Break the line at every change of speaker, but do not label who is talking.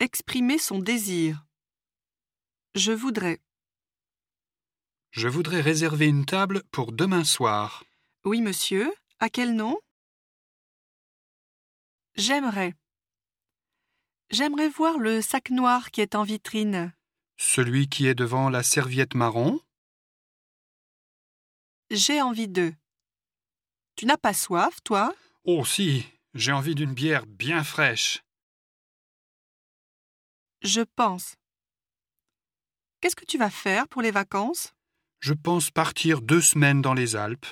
Exprimer son désir. Je voudrais.
Je voudrais réserver une table pour demain soir.
Oui, monsieur. À quel nom J'aimerais. J'aimerais voir le sac noir qui est en vitrine.
Celui qui est devant la serviette marron
J'ai envie de. Tu n'as pas soif, toi
Oh si, j'ai envie d'une bière bien fraîche.
Je pense. Qu'est-ce que tu vas faire pour les vacances
Je pense partir deux semaines dans les Alpes.